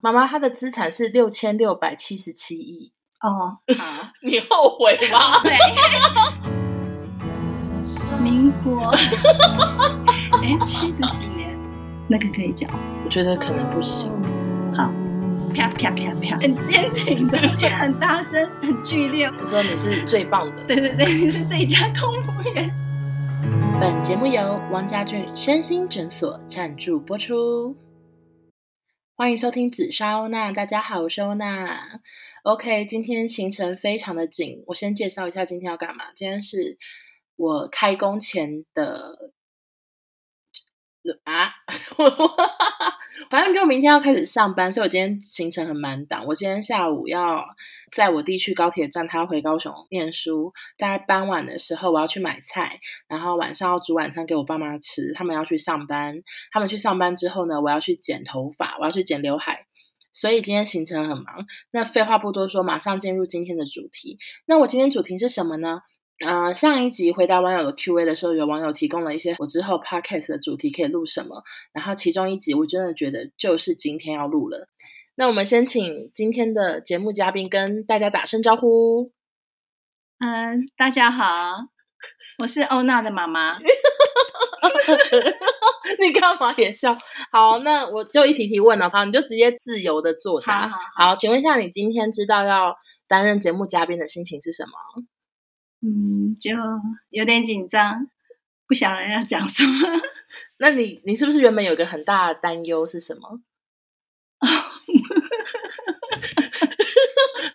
妈妈她的资产是六千六百七十七亿。哦，啊， 你后悔吗？对，民国，哎，七十几年，那个可以讲，我觉得可能不行。啪啪啪啪，很坚挺的，而且很大声，很剧烈。我说你是最棒的。对对对，你是最佳空服员。本节目由王家俊身心诊所赞助播出。欢迎收听紫砂欧娜，大家好，我是欧娜。OK，今天行程非常的紧，我先介绍一下今天要干嘛。今天是我开工前的啊， 我反正就明天要开始上班，所以我今天行程很满档。我今天下午要在我弟去高铁站，他要回高雄念书，大概傍晚的时候我要去买菜，然后晚上要煮晚餐给我爸妈吃，他们要去上班。他们去上班之后呢，我要去剪头发，我要去剪刘海，所以今天行程很忙。那废话不多说，马上进入今天的主题。那我今天主题是什么呢？呃，上一集回答网友的 Q&A 的时候，有网友提供了一些我之后 podcast 的主题可以录什么，然后其中一集我真的觉得就是今天要录了。那我们先请今天的节目嘉宾跟大家打声招呼。嗯，大家好，我是欧娜的妈妈。 你干嘛也笑？好，那我就一题题问了，好，你就直接自由的作答。好好嗯好，请问一下，你今天知道要担任节目嘉宾的心情是什么？嗯，就有点紧张，不晓得要讲什么。 那你你是不是原本有一个很大的担忧是什 么？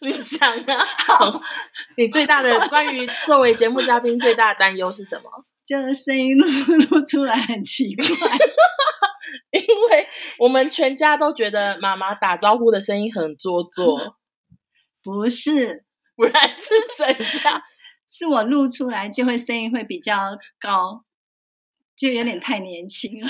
你讲啊，好，你最大的关于作为节目嘉宾最大的担忧是什么？就声音录录出来很奇怪， 因为我们全家都觉得妈妈打招呼的声音很做作，不是， 不然是怎样？是我录出来就会声音会比较高，就有点太年轻了。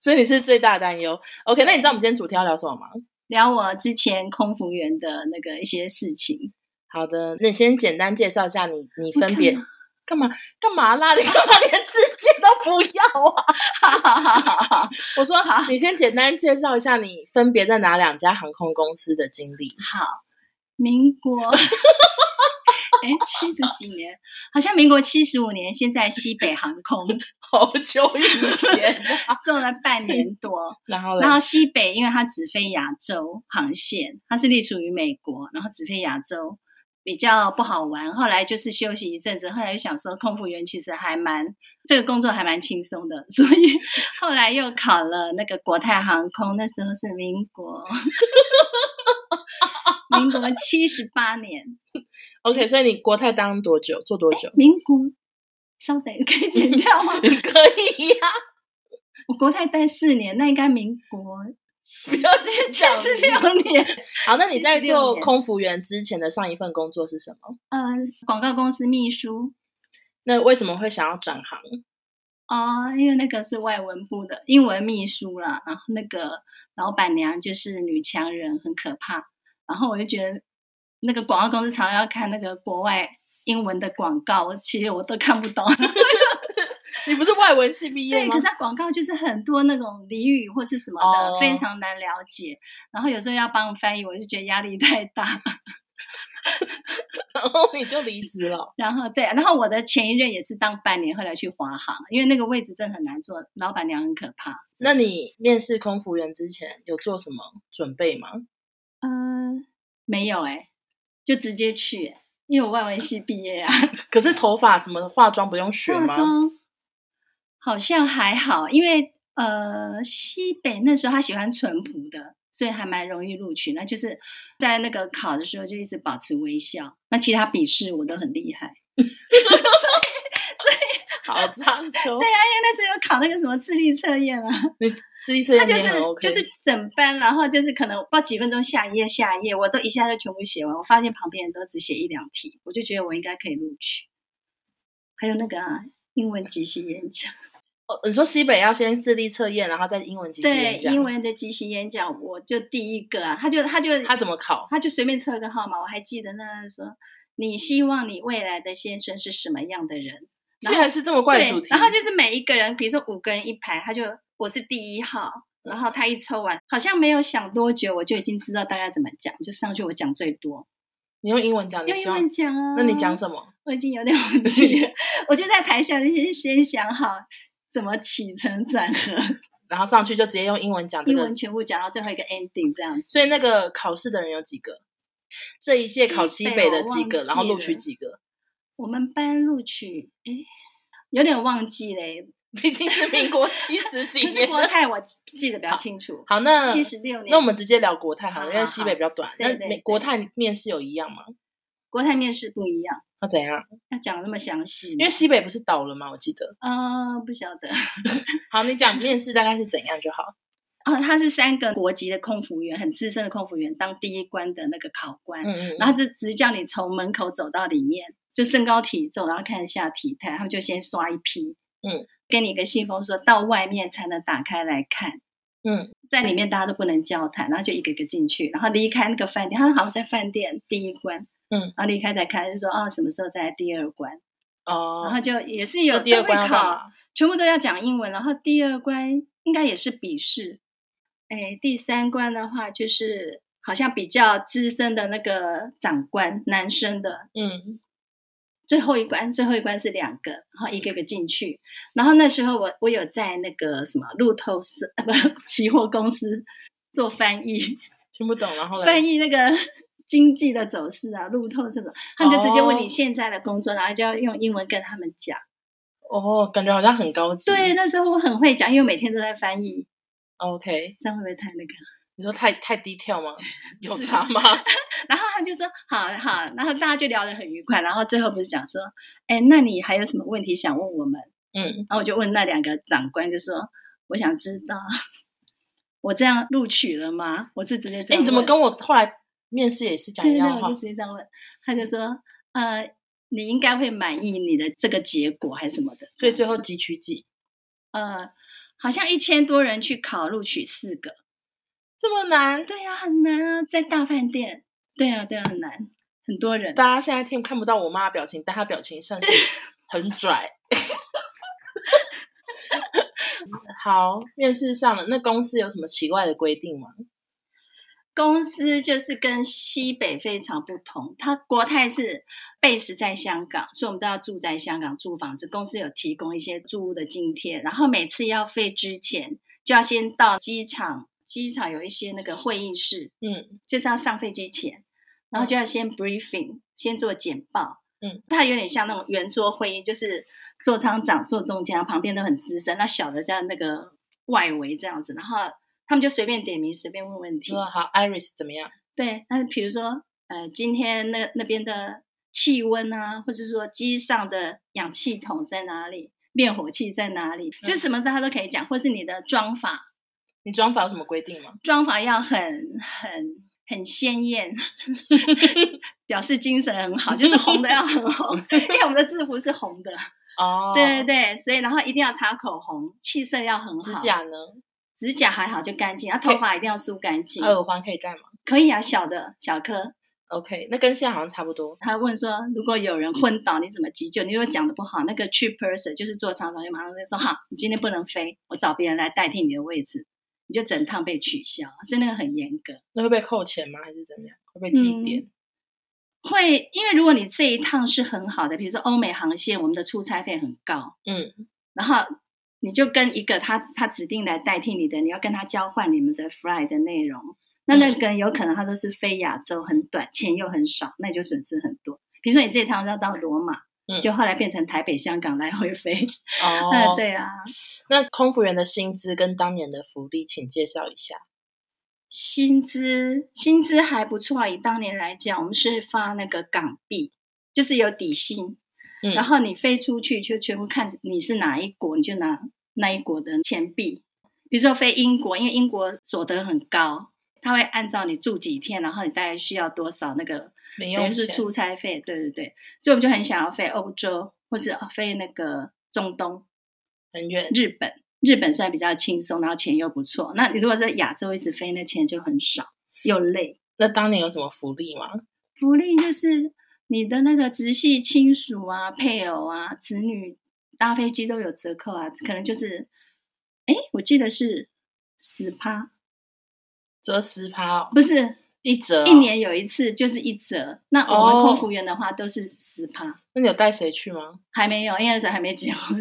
所以你是最大的担忧。OK，那你知道我们今天主题要聊什么吗？聊我之前空服员的那个一些事情， 好的，那你先简单介绍一下你，你分你别干干嘛嘛干嘛啦？你 干嘛连自己都不要啊？好好好好我说好，你先简单介绍一下你分别在哪两家航空公司的经历。好，民国，哎，七十几年，好像民国七十五年，现在西北航空 好久以前，做了半年多， 然后然呢？后西北因为它只飞亚洲航线，它是隶属于美国，然后只飞亚洲。比较不好玩，后来就是休息一阵子，后来就想说空服员其实还蛮这个工作还蛮轻松的，所以后来又考了那个国泰航空，那时候是民国民国七十八年，？OK，所以你国泰当多久？做多 久民国，稍等，可以剪掉吗？ 你可以呀、我国泰待四年，那应该民 国不 要再七讲十六年。 好，那你在76做年空服员之前的上一份工作是什么？嗯，广告公司秘书那为什么会想要转行？哦，因为那个是外文部的英文秘书啦，然后那个老板娘就是女强人，很可怕。然后我就觉得那个广告公司常常要看那个国外英文的广告，我其实我都 看不懂。你不是外文系毕业对，吗可是？它广告就是很多那种俚语或是什么的，哦非常难了解。然后有时候要帮我翻译，我就觉得压力太大。 然后你就离职了。然后对，然后我的前一任也是当半年，后来去华航，因为那个位置真的很难做，老板娘很可怕。那你面试空服员之前有做什么准备吗？嗯、没有哎、就直接去、欸，因为我外文系毕业啊，可是头发什么的化妆不用学化吗？妆好像还好，因为呃西北那时候他喜欢淳朴的。所以还蛮容易录取，那就是在那个考的时候就一直保持微笑。那其他笔试我都很厉害，哎好 哦张秋，对啊，因为那时候有考那个什么智力测验啊，自己设他就计是很 OK，就是整班，然后就是可能不知道几分钟下一页下一页，我都一下就全部写完。我发现旁边人都只写一两题，我就觉得我应该可以录取。还有那个、啊、英文即席演讲，哦，你说西北要先智力测验，然后再英 文即时对演讲，英文的即席演讲，我就第一个啊，他就他就他怎么考？他就随便抽一个号码，我还记得那说你希望你未来的先生是什么样的人，然竟后然是这么怪对主题，然后就是每一个人，比如说五个人一排，他就我是第一号，然后他一抽完，好像没有想多久，我就已经知道大概怎么讲，就上去我讲最多，你用英文讲，你用希英望文？讲啊。那你讲什么？我已经有点忘 记了，我就在台下先先想好怎么起承转 合，然后上去就直接用英文讲这英个文。全部讲到最后一个 ending 这样子。所以那个考试的人有几个？这一届考西西北北我的几忘个？然后记录了取几个？我们班录取，诶，有点忘记嘞，毕竟是民国七十几但是年国了。泰我记得比较清楚，好，那七十六年。那我们直接聊国泰好好了，因为好西好北比较短。对那对美对国泰面试有一样吗？国泰面试不一样，那怎样？要讲那么详细吗，因为西北不是倒了吗？我记得。呃不晓得。 好，你讲面试大概是怎样就好。哦，他是三个国籍的空服员，很资深的空服员，当第一关的那个考官，嗯嗯。然后就直叫你从门口走到里面，就身高体重，然后看一下体态，他们就先刷一批，嗯，给你一个信封说，到外面才能打开来看，嗯，在里面大家都不能交谈，然后就一个一个进去，然后离开那个饭店，他好像在饭店第一关，嗯，然后离开才开，就说哦什么时候再来第二关，然哦后，就也是有那第二都会关要干考嘛？全部都要讲英文，然后第二关应该也是笔试，哎，第三关的话就是好像比较资深的那个长官，男生的嗯，最后一关，最后一关是两个，然后一个一个进去，然后那时候我我有在那个什么路透社呃不期货公司做翻译，听不懂，然后嘞翻译那个。经济的走势啊，路透这种，他们就直接问哦你现在的工作然后就要用英文跟他们讲。哦，感觉好像很高级。对，那时候我很会讲，因为我每天都在翻译， ，OK，这样会不会太那个？你说太太低调 吗？有是差 吗？然后他就说好好，然后大家就聊得很愉快。然后最后不是讲说，哎，那你还有什么问题想问我们？嗯，然后我就问那两个长官，就说我想知道我这样录取了吗？我是直接哎，这样问。你怎么跟我后来面试也是讲欸对一对，样的我话就？直接这样问。他就说，呃，你应该会满意你的这个结果还是什么的。所以最后几取几？呃，好像一千多人去考录取四个。这么难？对呀、很难啊，在大饭店。对呀、对呀、啊很难，很多人。大家现在听看不到我妈的表情，但她表情算 是很拽。好，面试上了，那公司有什么奇怪的规定吗？公司就是跟西北非常不同，它国泰是 base 在香港，所以我们都要住在香港住房子。公司有提供一些住屋的津贴，然后每次要飞之前就要先到机场，机场有一些那个会议室，嗯，就是要上飞机前，然后就要先 briefing，先做简报。嗯，它有点像那种圆桌会议，就是座舱长坐中间，旁边都很资深，那小的在那个外围这样子，然后他们就随便点名，随便问问题。说好，Iris 怎么样？对，但是比如说，呃，今天那那边的气温啊，或者说机上的氧气筒在哪里，灭火器在哪里，就嗯什么他都可以讲，或是你的妆法，你妆法有什么规定吗？妆法要很很很鲜艳， 表示精神很好，就是红的要很红，因为我们的制服是红的，哦，对对，对，所以然后一定要擦口红，气色要很指好，甲呢？指甲还好就干净，然后可以哦头发一定要梳干净，耳环可以戴吗可以啊，小的小颗， ？OK，那跟现在好像差不多。他问说，如果有人昏倒，你怎么急救？你如果讲的不好，那个去 person 就是做厂长，就马上就说好，你今天不能飞，我找别人来代替你的位置，你就整趟被取消，所以那个很严格。那会被扣钱吗？还是怎么样？会被记点？会，因为如果你这一趟是很好的，比如说欧美航线，我们的出差费很高，嗯，然后你就跟一个他他指定来代替你的，你要跟他交换你们的 fly 的内容。嗯那那个人有可能他都是飞亚洲，很短，钱又很少，那你就损失很多。比如说你这一趟要到罗马，嗯就后来变成台北、香港来回飞。哦、嗯， 对啊，那空服员的薪资跟当年的福利，请介绍一下。薪资薪资还不错，啊以当年来讲，我们是发那个港币，就是有底薪，嗯，然后你飞出去就全部看你是哪一国，你就拿那一国的钱币。比如说飞英国，因为英国所得很高，他会按照你住几天，然后你大概需要多少那个，没等用于是钱出差费。对对对，所以我们就很想要飞欧洲，或是呃飞那个中东。很远，日本，日本虽然比较轻松，然后钱又不错。那你如果在亚洲一直飞，那钱就很少，又累。那当年有什么福利吗？福利就是你的那个直系亲属啊、配偶啊、子女搭飞机都有折扣啊，可能就是，哎，我记得是十趴，折十趴哦，不是一折哦一。年有一次就是一折。那我们哦空服员的话都是十趴，那你有带谁去吗还没有，因为那时候还没结婚。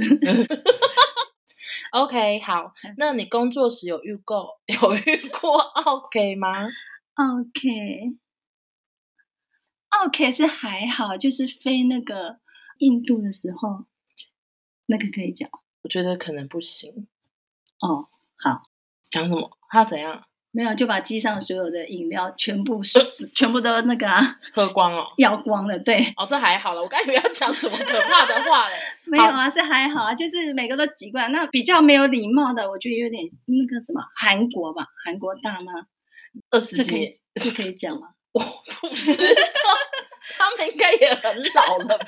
？OK，好，嗯那你工作时有遇过 有遇过 OK 吗？ OK，OK 是还好，就是飞那个印度的时候，那个可以讲我觉得可能不行。哦。好，讲什么？他怎样没有就把机上所有的饮料全部全部都那个啊喝光哦？要光了，对，哦，这还好了，我刚以为要讲什么可怕的话嘞。没有啊，是还好啊，就是每个都挤过来。那比较没有礼貌的，我觉得有点那个什么韩国吧，韩国大妈，二十这几可以年，这可以讲吗？我不知道，他们应该也很老了吧？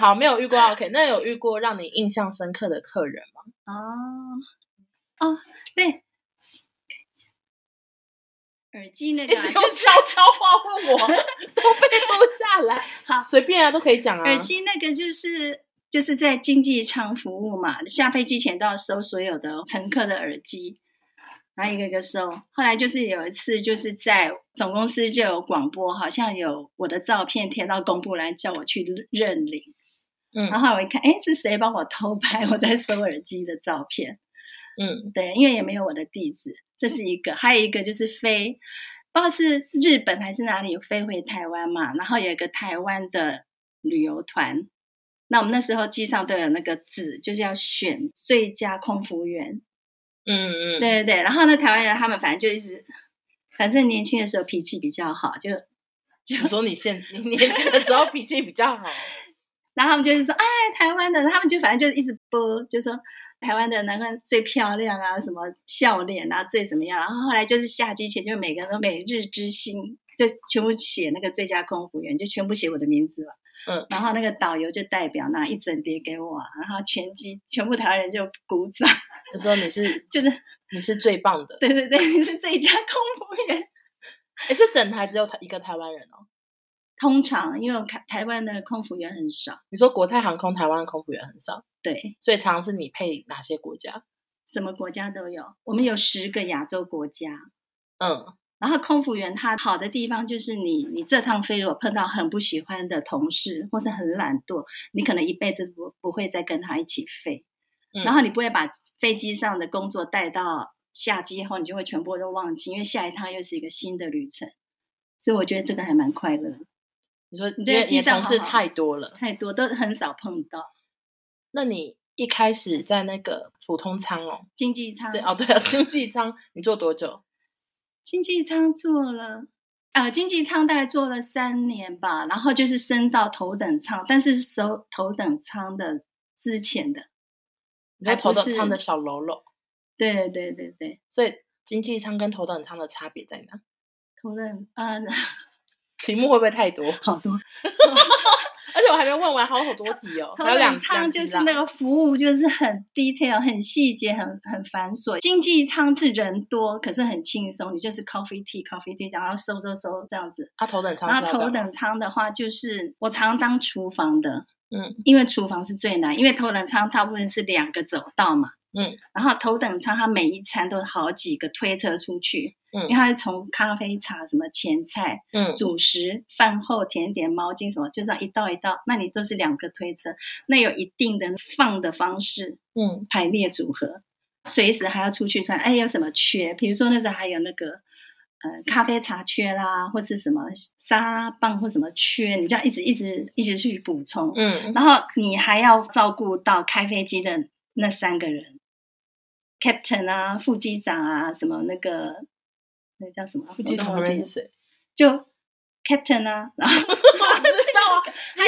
好，没有遇过 OK，那有遇过让你印象深刻的客人吗？哦哦，对，可以讲耳机那一 个啊、直就用是悄悄话问 我，都被录下来。好随便啊，都可以讲啊。耳机那个就是就是在经济舱服务嘛，下飞机前都要收所有的哦乘客的耳机，然后一个一个收。后来就是有一次，就是在总公司就有广播，好像有我的照片贴到公布栏，叫我去认领。然嗯后我一看，哎，是谁帮我偷拍我在收耳机的照片？嗯，对，因为也没有我的地址，这是一个，还有一个就是飞，不知道是日本还是哪里飞回台湾嘛，然后有一个台湾的旅游团，那我们那时候机上都有那个字，就是要选最佳空服员，嗯嗯，对对对，然后那台湾人他们反正就一直，反正年轻的时候脾气比较好，就你说你现你年轻的时候脾气比较好，然后他们就是说，哎，台湾的，他们就反正就是一直播，就说台湾的难怪最漂亮啊，什么笑脸啊，最怎么样。然后后来就是下机前，就每个人都每日之星，就全部写那个最佳空服员，就全部写我的名字嘛。嗯，然后那个导游就代表拿一整叠给我啊，然后全机全部台湾人就鼓掌， 就说你是就是你是最棒的。对对对，你是最佳空服员。哎，是整台只有台一个台湾人哦。通常因为我看台湾的空服员很少，你说国泰航空台湾的空服员很少，对，所以常常是你配哪些国家？什么国家都有，我们有十个亚洲国家。嗯然后空服员他好的地方就是你，你这趟飞如果碰到很不喜欢的同事或是很懒惰，你可能一辈子不不会再跟他一起飞，嗯然后你不会把飞机上的工作带到下机后，你就会全部都忘记，因为下一趟又是一个新的旅程。所以我觉得这个还蛮快乐的，你说你因这个为你记的账同事好好太多了。太多都很少碰到那你一开始在那个普通舱哦，经济舱。对哦对啊，经济舱你坐多久？经济舱做了，呃，经济舱大概做了三年吧，然后就是升到头等舱，但是首头等舱的之前的，你说头还等不是舱的小喽啰，对对对对对，所以经济舱跟头等舱的差别在哪？头等啊、 呃题目会不会太多？ 好多而且我还没问完，还有好多题哦，头还有两等舱就是那两题啦个服务就是很 detail、很细节、很很繁琐，经济舱是人多，可是很轻松，你就是 coffee tea coffee tea，然后收收收这样子。啊，头等舱然是要后干头嘛等舱的话，就是我常当厨房的，嗯因为厨房是最难，因为头等舱大部分是两个走道嘛，嗯，然后头等舱它每一餐都好几个推车出去，因为嗯它是从咖啡茶、什么前菜、嗯主食、饭后甜点、毛巾什么，就这样一道一道，那你都是两个推车，那有一定的放的方式嗯排列组合，随时还要出去算，哎，有什么缺？比如说那时候还有那个。呃，咖啡茶缺啦，或是什么沙拉棒或什么缺，你就要一直一直一直去补充。嗯，然后你还要照顾到开飞机的那三个人，captain 啊、副机长啊、什么那个那叫什么？啊副机长我旁都忘边记是谁？就 captain 啊，然我后知道啊，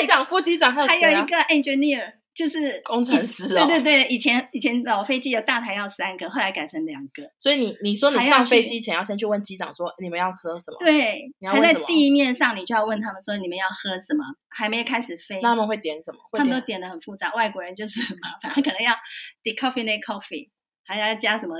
机长、副机长还有 还有谁一啊？个 engineer，就是 工程师哦对对对，以前以前老飞机有大台要三个，后来改成两个。所以你你说你还要上飞去机前要先去问机长说你们要喝什么？，对，哦你要还问在什么地面上，你就要问他们说你们要喝什么，还没开始飞。那他们会点什么？会他们点都点的很复杂，外国人就是很麻烦，他可能要 decaffeinate coffee，还要加什么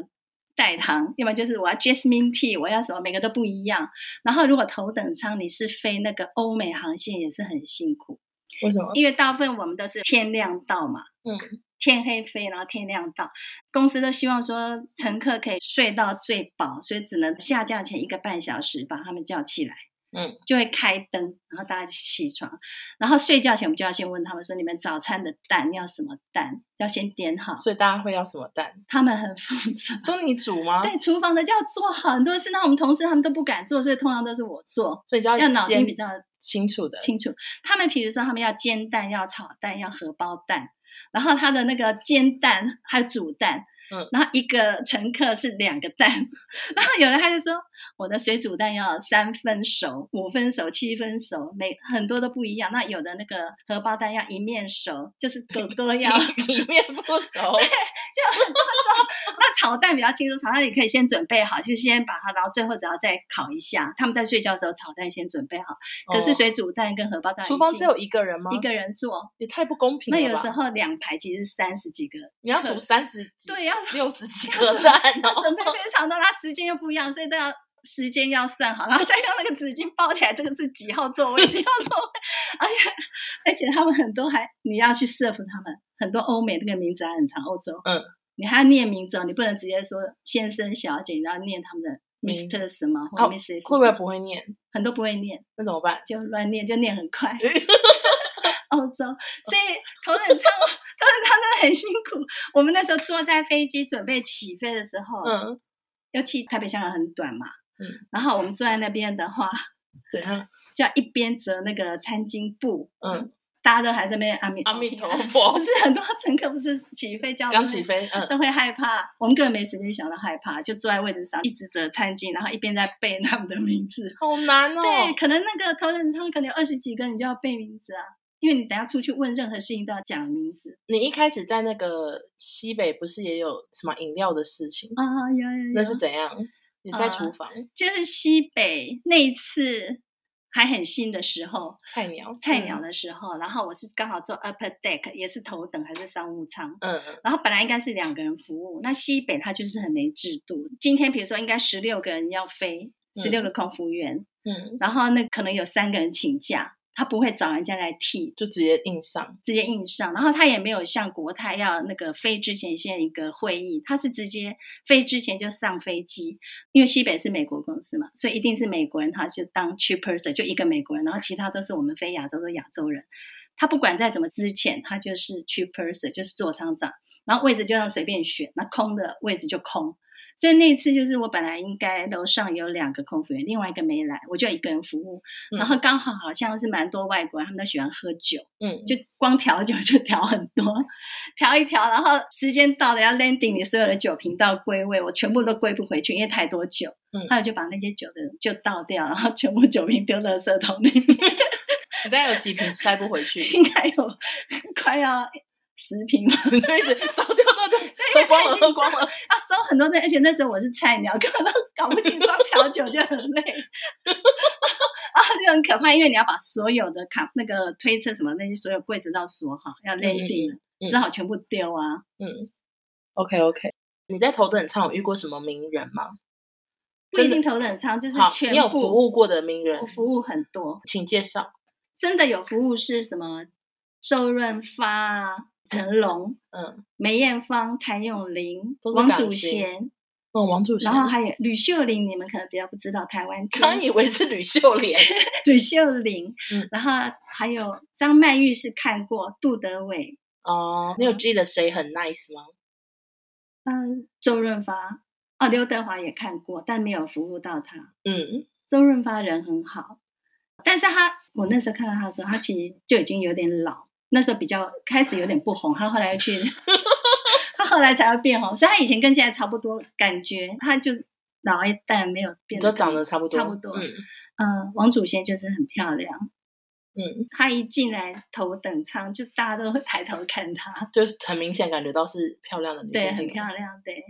代糖，要么就是我要 jasmine tea，我要什么，每个都不一样。然后如果头等舱你是飞那个欧美航线也是很辛苦，为什么？因为大部分我们都是天亮到嘛，嗯，天黑飞，然后天亮到。公司都希望说乘客可以睡到最饱，所以只能下降前一个半小时把他们叫起来。嗯，就会开灯，然后大家就起床，然后睡觉前我们就要先问他们说：“你们早餐的蛋要什么蛋？要先点好。所以大家会要什么蛋？”他们很负责，都你煮吗？对厨房的就要做好很多事，那我们同事他们都不敢做，所以通常都是我做，所以你就要要脑筋煎比较清楚的。清楚。他们比如说他们要煎蛋、要炒蛋、要荷包蛋，然后他的那个煎蛋还有煮蛋。嗯然后一个乘客是两个蛋， 然后有人他就说我的水煮蛋要三分熟、五分熟、七分熟，每很多都不一样。那有的那个荷包蛋要一面熟，就是狗狗 要里面不熟，就有很多种。那炒蛋比较轻松，炒蛋你可以先准备好，就先把它，然后最后只要再烤一下。他们在睡觉的时候，炒蛋先准备好。 可是哦水煮蛋跟荷包蛋已厨房经只有一个人吗？一个人做，也太不公平那了有时吧！候两排其实三十几个，你要煮三十对，啊 要六十几个蛋要准备哦，非常多，它时间又不一样，所以都要。时间要算好，然后再用那个纸巾包起来，这个是几号座 位，几号座位，而且而且他们很多还你要去 serve 他们，很多欧美那个名字还很长，欧洲，嗯，你还要念名字哦，你不能直接说先生小姐，你要念他们的嗯 Mister 什么或哦 Mrs 会不会什么不会念？很多不会念，那怎么办？就乱念，就念很 快。欧洲，所以头等舱，头等 舱真的很辛苦。我们那时候坐在飞机准备起飞的时候，嗯，尤其台北香港很短嘛，嗯，然后我们坐在那边的话，怎样？就要一边折那个餐巾布，嗯，大家都还在那边阿弥阿弥 陀平安佛不，是很多乘客不是起飞叫刚起。飞，嗯， 都会害怕，我们根本没时间想到害怕，就坐在位置上一直折餐巾，然后一边在背他们的名字。好难哦。对，可能那个头等舱可能有二十几个，你就要背名字啊，因为你等下出去问任何事情都要讲名字。你一开始在那个西北不是也有什么饮料的事情？啊，有有那是有，怎样？你在厨呃房就是西北那一次还很新的时候，菜鸟，菜鸟嗯，的时候，然后我是刚好坐 upper deck，也是头等还是商务舱。嗯嗯，然后本来应该是两个人服务，那西北它就是很没制度。今天比如说应该十六个人要飞，十六个空服员，嗯，然后那可能有三个人请假，他不会找人家来替，就直接硬上，直接硬上，然后他也没有像国泰要那个飞之前先一个会议，他是直接飞之前就上飞机，因为西北是美国公司嘛，所以一定是美国人，他就当 c h e a p e r s o n 就一个美国人，然后其他都是我们非亚洲的亚洲人，他不管在怎么之前，他就是 c h e a p e r s o n 就是座舱长，然后位置就让随便选，那空的位置就空。所以那一次就是我本来应该楼上有两个空服员，另外一个没来，我就一个人服务。嗯然后刚好好像是蛮多外国人，他们都喜欢喝酒，嗯，就光调酒就调很多，调一调，然后时间到了要 landing，你所有的酒瓶到归位，我全部都归不回去，因为太多酒。嗯还有就把那些酒的就倒掉，然后全部酒瓶丢垃圾桶里面，你大概有几瓶塞不回 去，应该有快要十瓶吧，你就一 直倒掉倒掉，喝光了喝光了，要收很多东西，而且那时候我是菜鸟，根本都搞不清，光调酒就很累， 啊，就很可怕，因为你要把所有的卡那个推车什么那些所有柜子都要锁好，要 landing，了、嗯只好全部丢啊。嗯，OK OK。你在头等舱有遇过什么名人吗？不一真的定头等舱，就是好，全你有部服务过的名人我，服务很多，请介绍。真的有服务是什么？周润发啊、成龙、嗯，梅艳芳、谭咏麟、都是王港祖星贤，哦，王祖贤然，后还有吕秀玲，你们可能比较不知道台湾歌刚以为是吕秀 莲，吕秀玲，嗯然后还有张曼玉是看过，杜德伟，哦，你有记得谁很 nice 吗？嗯，周润发，哦，刘德华也看过，但没有服务到他。嗯，周润发人很好，但是他我那时候看到他的时候，他其实就已经有点老，那时候比较开始有点不红，他后来 又去，他后来才要变红，所以他以前跟现在差不多，感觉他就老一代没有你变，都长得差不多，差不多嗯嗯，王祖贤就是很漂亮，嗯，她一进来头等舱就大家都会抬头看她，就是很明显感觉到是漂亮的女对，性很进漂来，亮，对。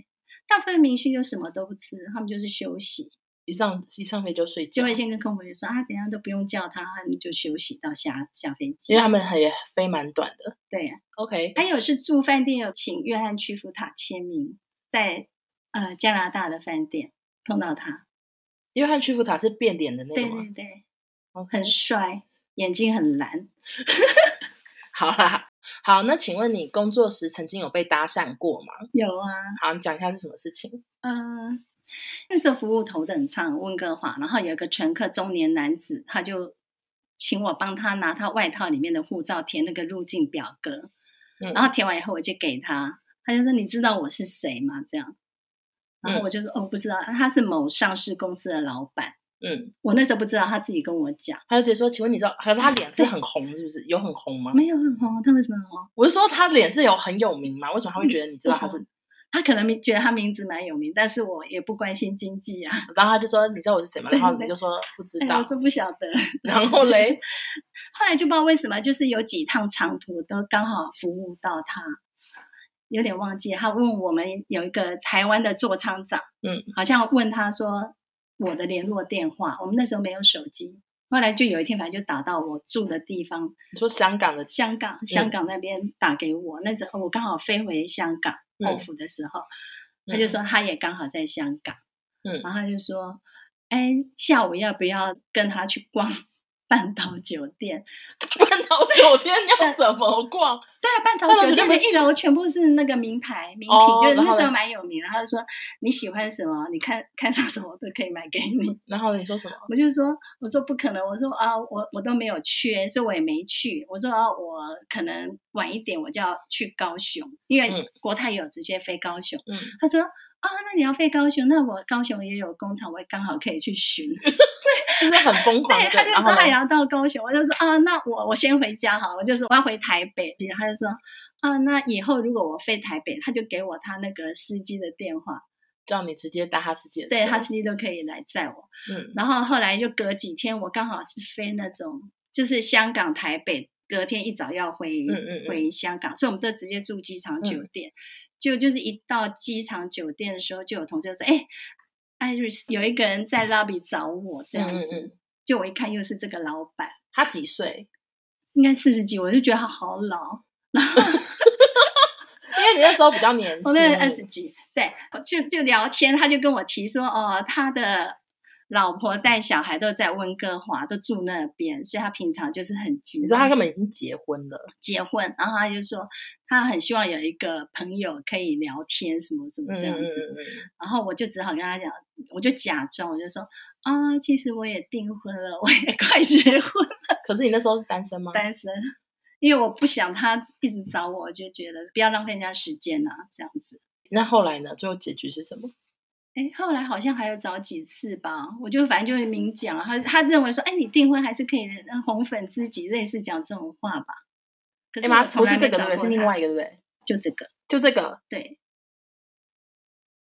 大部分明星就什么都不吃，他们就是休息，一上一上飞就睡觉，就会因先跟空服员说啊，等一下都不用叫他，啊你就休息到下下飞机。为他们也飞蛮短的。对，啊 OK，还有是住饭店有请约翰屈服塔签名，在呃加拿大的饭店碰到他，约翰屈服塔是变脸的那对个对吗对， ？OK，很帅，眼睛很蓝，好啦。好，那请问你工作时曾经有被搭讪过吗？有啊，好，你讲一下是什么事情？嗯，那时候服务头等舱温哥华，然后有一个乘客中年男子，他就请我帮他拿他外套里面的护照填那个入境表格，嗯然后填完以后我就给他，他就说你知道我是谁吗？这样，然后嗯我就说、哦不知道，他是某上市公司的老板，嗯，我那时候不知道，他自己跟我讲，他就直接说，请问你知道？可是他脸是很红，是不是？有很红吗？没有很红，他为什么很红？我是说他脸是有很有名吗？为什么嗯他会觉得你知道他是？他可能名觉得他名字蛮有名，但是我也不关心经济啊，然后他就说你知道我是谁吗？对然对后你就说不知哎道我，说不晓 得。然后嘞，后来就不知道为什么，就是有几趟长途都刚好服务到他，有点忘记。他问我们有一个台湾的座舱长，嗯，好像问他说我的联络电话，我们那时候没有手机。后来就有一天，反正就打到我住的地方，你说香港的香港，嗯香港那边打给我，那时候我刚好飞回香港嗯欧府的时候，嗯他就说他也刚好在香港，嗯然后他就说，哎，下午要不要跟他去逛 半岛酒店？半岛酒店要怎么逛？对啊，半岛半岛酒酒店店的不是一楼全部是那个名牌名品，哦就是然后那时候呢蛮有名的。他就说你喜欢什么，你看看上什么我都可以买给你。 然后你说什么？我就说，我说不可能，我说啊，我我都没有去，所以我也没去。我说、啊、我可能晚一点我就要去高雄，因嗯为国泰有直接飞高雄。嗯，他说啊，那你要飞高雄，那我高雄也有工厂，我也刚好可以去巡。就是很疯狂对，的。他就然后说哎呢他也要到高雄，我就说啊，那我我先回家好了，我就说我要回台北，他就说啊，那以后如果我飞台北，他就给我他那个司机的电话，叫你直接搭他世界车，对他司机都可以来载我。嗯然后后来就隔几天，我刚好是飞那种就是香港台北，隔天一早要回、嗯嗯嗯回香港，所以我们都直接住机场酒嗯店。就就是一到机场酒店的时候，就有同事就说：“哎、艾瑞斯有一个人 在 lobby 找我，这样嗯嗯子。嗯就我一看又是这个老板，他几岁？应该四十几，我就觉得他好老，因为你那时候比较年轻，哦我那时候二十几，对，哦就就聊天，他就跟我提说，哦，他的老婆带小孩都在温哥华，都住那边，所以他平常就是很急你忙。说他根本已经结婚了，结婚，然后他就说他很希望有一个朋友可以聊天什么什么嗯这样嗯子，嗯嗯然后我就只好跟他讲，我就假装我就说啊，其实我也订婚了，我也快结婚了嗯可是你那时候是单身吗？单身，因为我不想他一直找我，我就觉得不要浪费人家时间啊，这样子。那后来呢？最后结局是什么？哎，后来好像还有找几次吧，我就反正就是明讲啊，他他认为说，哎，你订婚还是可以呃红粉知己，类似讲这种话吧。可哎是妈，我不从来是没这找个对不对？过是另他外一个对不对？就这个，就这个对，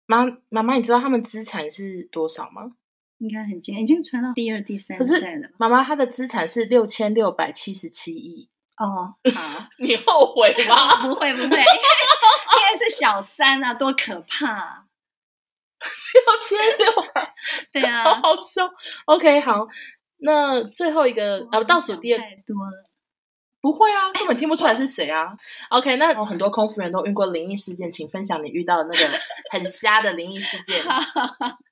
妈妈妈，你知道他们资产是多少吗？应该很近，已经传到第二、第三可是代了吧？妈妈她的资产是六千六百七十七亿，哦，好，你后悔吗？ 不会不会，应该应该是小三啊，多可怕、啊！ 六千六百，对好 啊，好笑。OK，好，那最后一个呃，倒数第二太多了。不会啊，哎根本听不出来是谁啊。OK，那哦很多空服人都遇过灵异事件，请分享你遇到的那 个很瞎的灵异事件。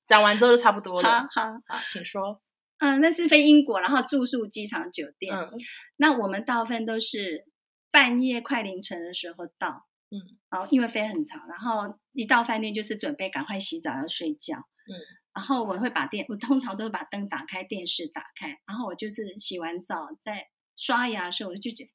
讲完之后就差不多了。好好，好请说。嗯，那是飞英国，然后住宿机场酒店。嗯那我们大部分都是半夜快凌晨的时候到，嗯，然后因为飞很长，然后一到饭店就是准备赶快洗澡要睡觉，嗯，然后我会把电，我通常都会把灯打开，电视打开，然后我就是洗完澡在刷牙的时候，我就觉得，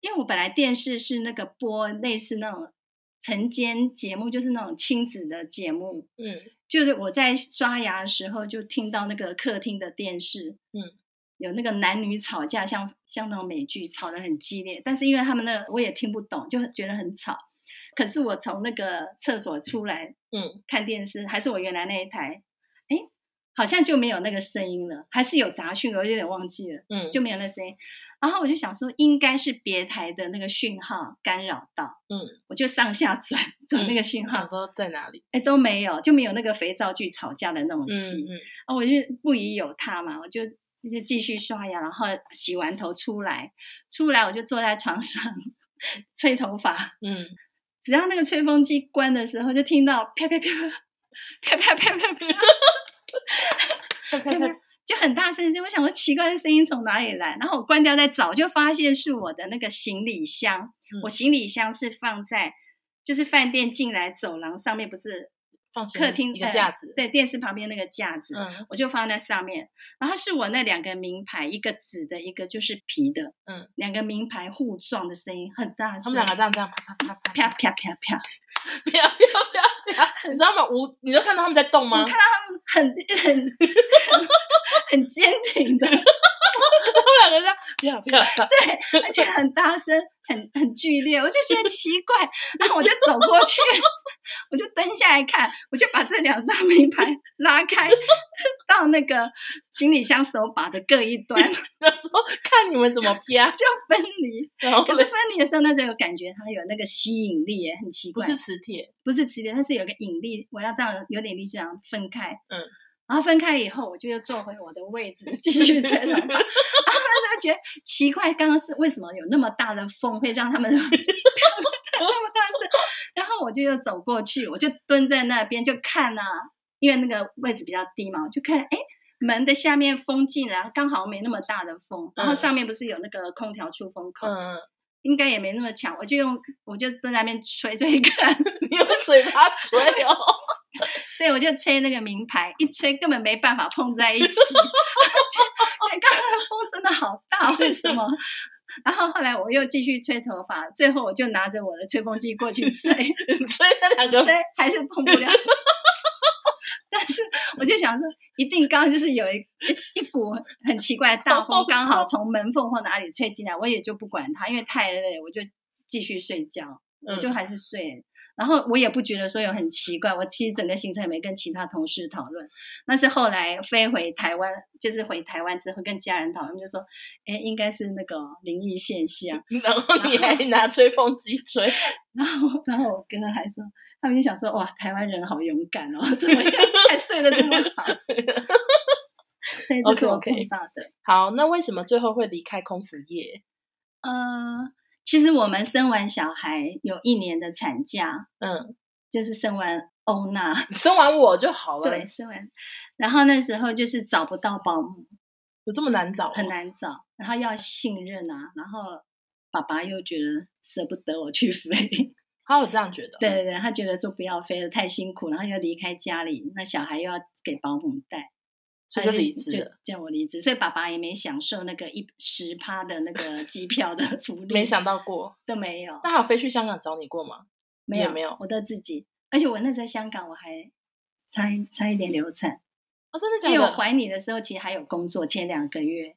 因为我本来电视是那个播类似那种晨间节目，就是那种亲子的节目，嗯，就是我在刷牙的时候，就听到那个客厅的电视，嗯，有那个男女吵架，像像那种美剧吵得很激烈，但是因为他们那个我也听不懂，就觉得很吵。可是我从那个厕所出来，嗯，看电视还是我原来那一台，哎，好像就没有那个声音了，还是有杂讯，我有点忘记了，嗯就没有那声音。然后我就想说，应该是别台的那个讯号干扰到，嗯，我就上下转找那个讯号想，说在哪里？哎都没有，就没有那个肥皂剧吵架的那种嗯戏。嗯啊，我就不疑有他嘛，我就就继续刷牙，然后洗完头出来，出来我就坐在床上吹头发。嗯，只要那个吹风机关的时候，就听到啪啪啪啪啪啪啪啪啪看看看就很大声的声音。我想说奇怪的声音从哪里来？然后我关掉再找，就发现是我的那个行李箱嗯我行李箱是放在就是饭店进来走廊上面，不是放行李客厅一个呃架子对，电视旁边那个架子，嗯我就放在上面。然后是我那两个名牌，一个紫的，一个就是皮的，嗯，两个名牌互撞的声音很大他声，们两个这样这样啪啪啪啪啪啪啪啪，啪啪啪啪啪，你知道吗？无，你就看到他们在动吗？我看到他们很很 很坚挺的，他们两个这样啪啪啪，而且很大声，很很剧烈，我就觉得奇怪，然后我就走过去， 我就蹲下来看，我就把这两张名牌拉开 到那个行李箱手把的各一端， 就然后说看你们怎么啪，分离。然后 可是嘞分离的时候，那时候有感觉它有那个吸引力耶，很奇不怪，是磁铁，不是直接，它是有个引力，我要这样有点力这样分开，嗯。然后分开以后，我就又坐回我的位置， 继续吹头发。然后那时候觉得奇怪，刚刚是为什么有那么大的风会让他嗯们 那么大声？然后我就又走过去，我就蹲在那边就看啊，因为那个位置比较低嘛，我就看，哎，门的下面风进来，刚好没那么大的风，然后嗯上面不是有那个空调出风口，嗯，应该也没那么强，我就用我就蹲在那边吹吹看。 你用嘴巴吹哦， 对，我就吹那个名牌，一吹根本没办法碰在一起，就 就刚刚风真的好大，为什么？ 然后后来我又继续吹头发，最后我就拿着我的吹风机过去吹，吹你吹那两个还是碰不了。 但是我就想说，一定刚刚就是有一一一股很奇怪的大风，刚好从门缝或哪里吹进来，我也就不管它，因为太累，我就继续睡觉。我嗯就还是睡了。然后我也不觉得说有很奇怪，我其实整个行程也没跟其他同事讨论。但是后来飞回台湾，就是回台湾之后跟家人讨论，就说，哎，应该是那个灵异现象。嗯然后你还拿吹风机 吹，然后，然后我跟他还说，他们就想说，哇，台湾人好勇敢哦，怎么样还睡得这么好？ 所以这是我 OK，OK 碰到的。好，那为什么最后会离开空服业？呃，其实我们生完小孩有一年的产假，嗯，就是生完欧娜。生完我就好了，对，生完，然后那时候就是找不到保姆，有这么难找？哦很。难找，然后要信任啊，然后爸爸又觉得舍不得我去飞， 他有这样觉得？对，对对，他觉得说不要飞了，太辛苦，然后要离开家里，那小孩又要给保姆带，所以他就离职就了，叫我离职，所以爸爸也没享受那个一十趴的那个机票的 福利，没想到过。都没有，那还有飞去香港找你过吗？没也有没有我都自己，而且我那时候香港我还差一差一点流产。哦，真的假因为我的？怀你的时候，其实还有工作，前两个月，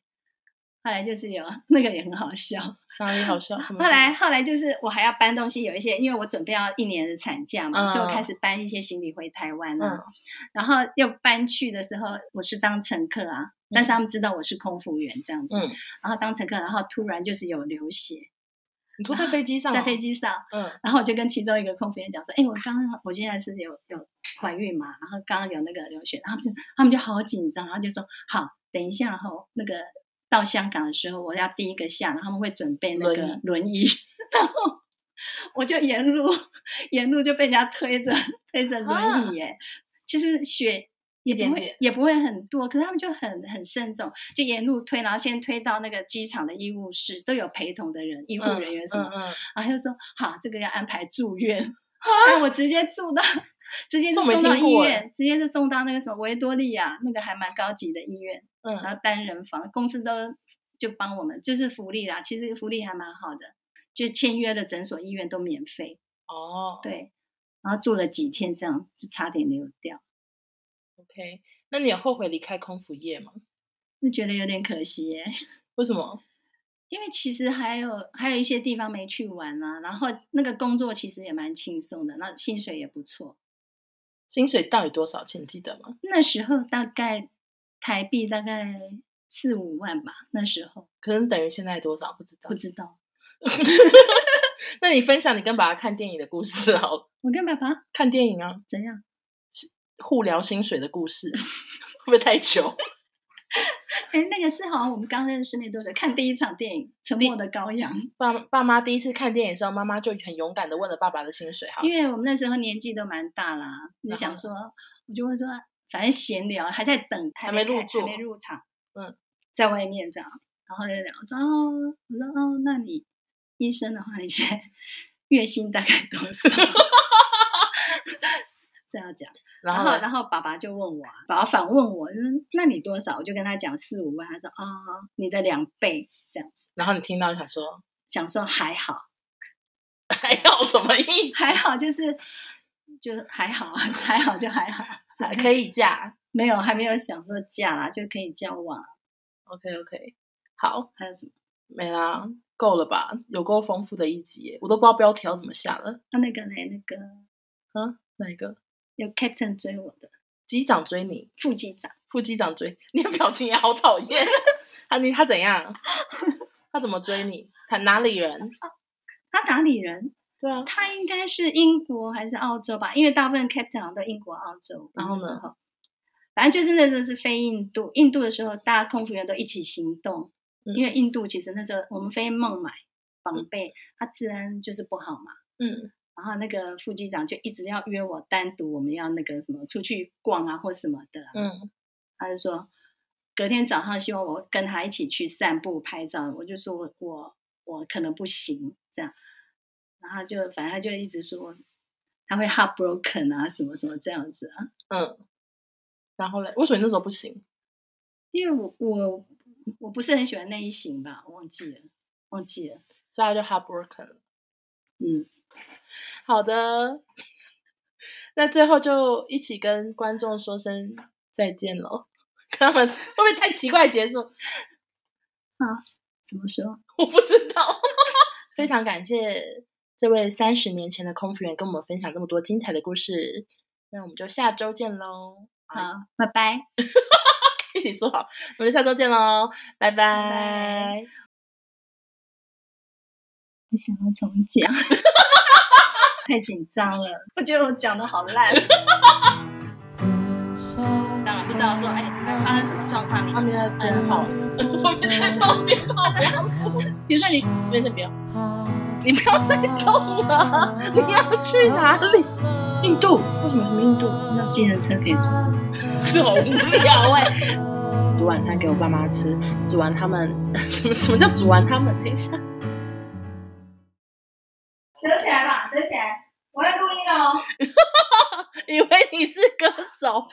后来就是有那个也很好笑。哪里好 笑？什么后事？来后来就是我还要搬东西，有一些因为我准备要一年的产假嘛，嗯所以我开始搬一些行李回台湾啊。嗯然后要搬去的时候，我是当乘客啊，但是他们知道我是空服员这样子，嗯，然后当乘客，然后突然就是有流血你坐在飞机上哦，啊在飞机上，嗯，然后我就跟其中一个空服员讲说：“哎、我刚刚我现在是有有怀孕嘛，然后刚刚有那个流血，然后他们就他们就好紧张，然后就说好，等一下哈、那个到香港的时候我要第一个下，然后他们会准备那轮个椅轮椅，然后我就沿路沿路就被人家推着推着啊轮椅耶、其实血。”也不一点会点也不会很多，可是他们就很很慎重，就沿路推，然后先推到那个机场的医务室，都有陪同的人、医护人员什么嗯嗯，然后他就说好，这个要安排住院。哎，我直接住到，直接啊这就我没送到听医过哎院，直接就送到那个什么维多利亚那个还蛮高级的医院，嗯然后单人房，公司都就帮我们，就是福利啦，其实福利还蛮好的，就签约的诊所、医院都免费，哦，对。然后住了几天，这样就差点流掉， ，OK。那你有后悔离开空服业吗？就觉得有点可惜耶、为什么？因为其实还有还有一些地方没去玩啊，然后那个工作其实也蛮轻松的，那薪水也不错，薪水到底多少钱？你记得吗？那时候大概台币大概四五万吧，那时候可能等于现在多少？不知道不。知道。 那你分享你跟爸爸看电影的故事好了，我跟爸爸看电影啊，怎样？互聊薪水的故 事，会不会太久？哎，那个是好像我们刚认识没多久，看第一场电影《沉默的羔羊》，爸爸妈第一次看电影的时候，妈妈就很勇敢的问了爸爸的薪 水，好嗯因为我们那时候年纪都蛮大啦，你然后想呢说，我就会说，反正闲聊，还在等，还还没没入开座还没入场，嗯，在外面这样，然后就聊说，哦，我说哦，那你医生的话，你现在 月薪大概多 少？这样讲，然然后后呢然后爸爸就问我啊，爸爸反问我，嗯那你多少？我就跟他讲四五万，他说啊、你的两倍这样子，然后你听到就想说，想说还好，还要什么 意思？还好就是就是还好， 啊，还好就还好，这样啊可以嫁没有还没有想说嫁啦，就可以交往， ？OK OK，好，还有什么？没啦，够了吧？有够丰富的一集耶，我都不知道标题要怎么下了。啊啊那那个嘞，那个哪一个？有 captain 追我的机长追你，副机长，副机长追你，的表情也好讨厌。 啊，你他怎样？ 他怎么追你？他哪里人？他哪里人？对啊，他应该是英国还是澳洲吧？因为大部分 captain 好像都英国、澳洲。然后呢那时候？反正就是那时候是飞印度，印度的时候，大家空服员都一起行动，嗯因为印度其实那时候我们飞孟买、防备，它治安就是不好嘛。嗯，然后那个副机长就一直要约我单独，我们要那个什么出去逛啊或什么的啊。嗯，他就说隔天早上希望我跟他一起去散步拍照，我就说我我我可能不行这样，然后他就反正他就一直说他会 heartbroken 啊什么什么这样子啊，然后嘞，为什么你那时候不行？因为我我我不是很喜欢那一型吧，我忘记了忘记了，所以他就 hard work 了。嗯，好的，那最后就一起跟观众说声再见喽。跟他们会不会太奇怪结束？怎么说？我不知道。 非常感谢这位三十年前的空服员跟我们分享这么多精彩的故事。那我们就下周见喽！好，好，拜拜。 一起说好，我们就下周见喽，拜拜拜我想要重讲， 太紧张了，我觉得我讲的好烂。当然不知道说， 哎，嗯发生什么状况？你他们在鞭炮，我们在放鞭炮，不要哭，比如说你这边先不要。你不要再动了，你要去哪里？印印度度？为什么是印度？那计程车可以坐。这好无聊哎、煮晚餐给我爸妈吃，煮完他们 什么什么叫煮完他们？等一下，折起来吧，折起来，我要录音了哦。以为你是歌手。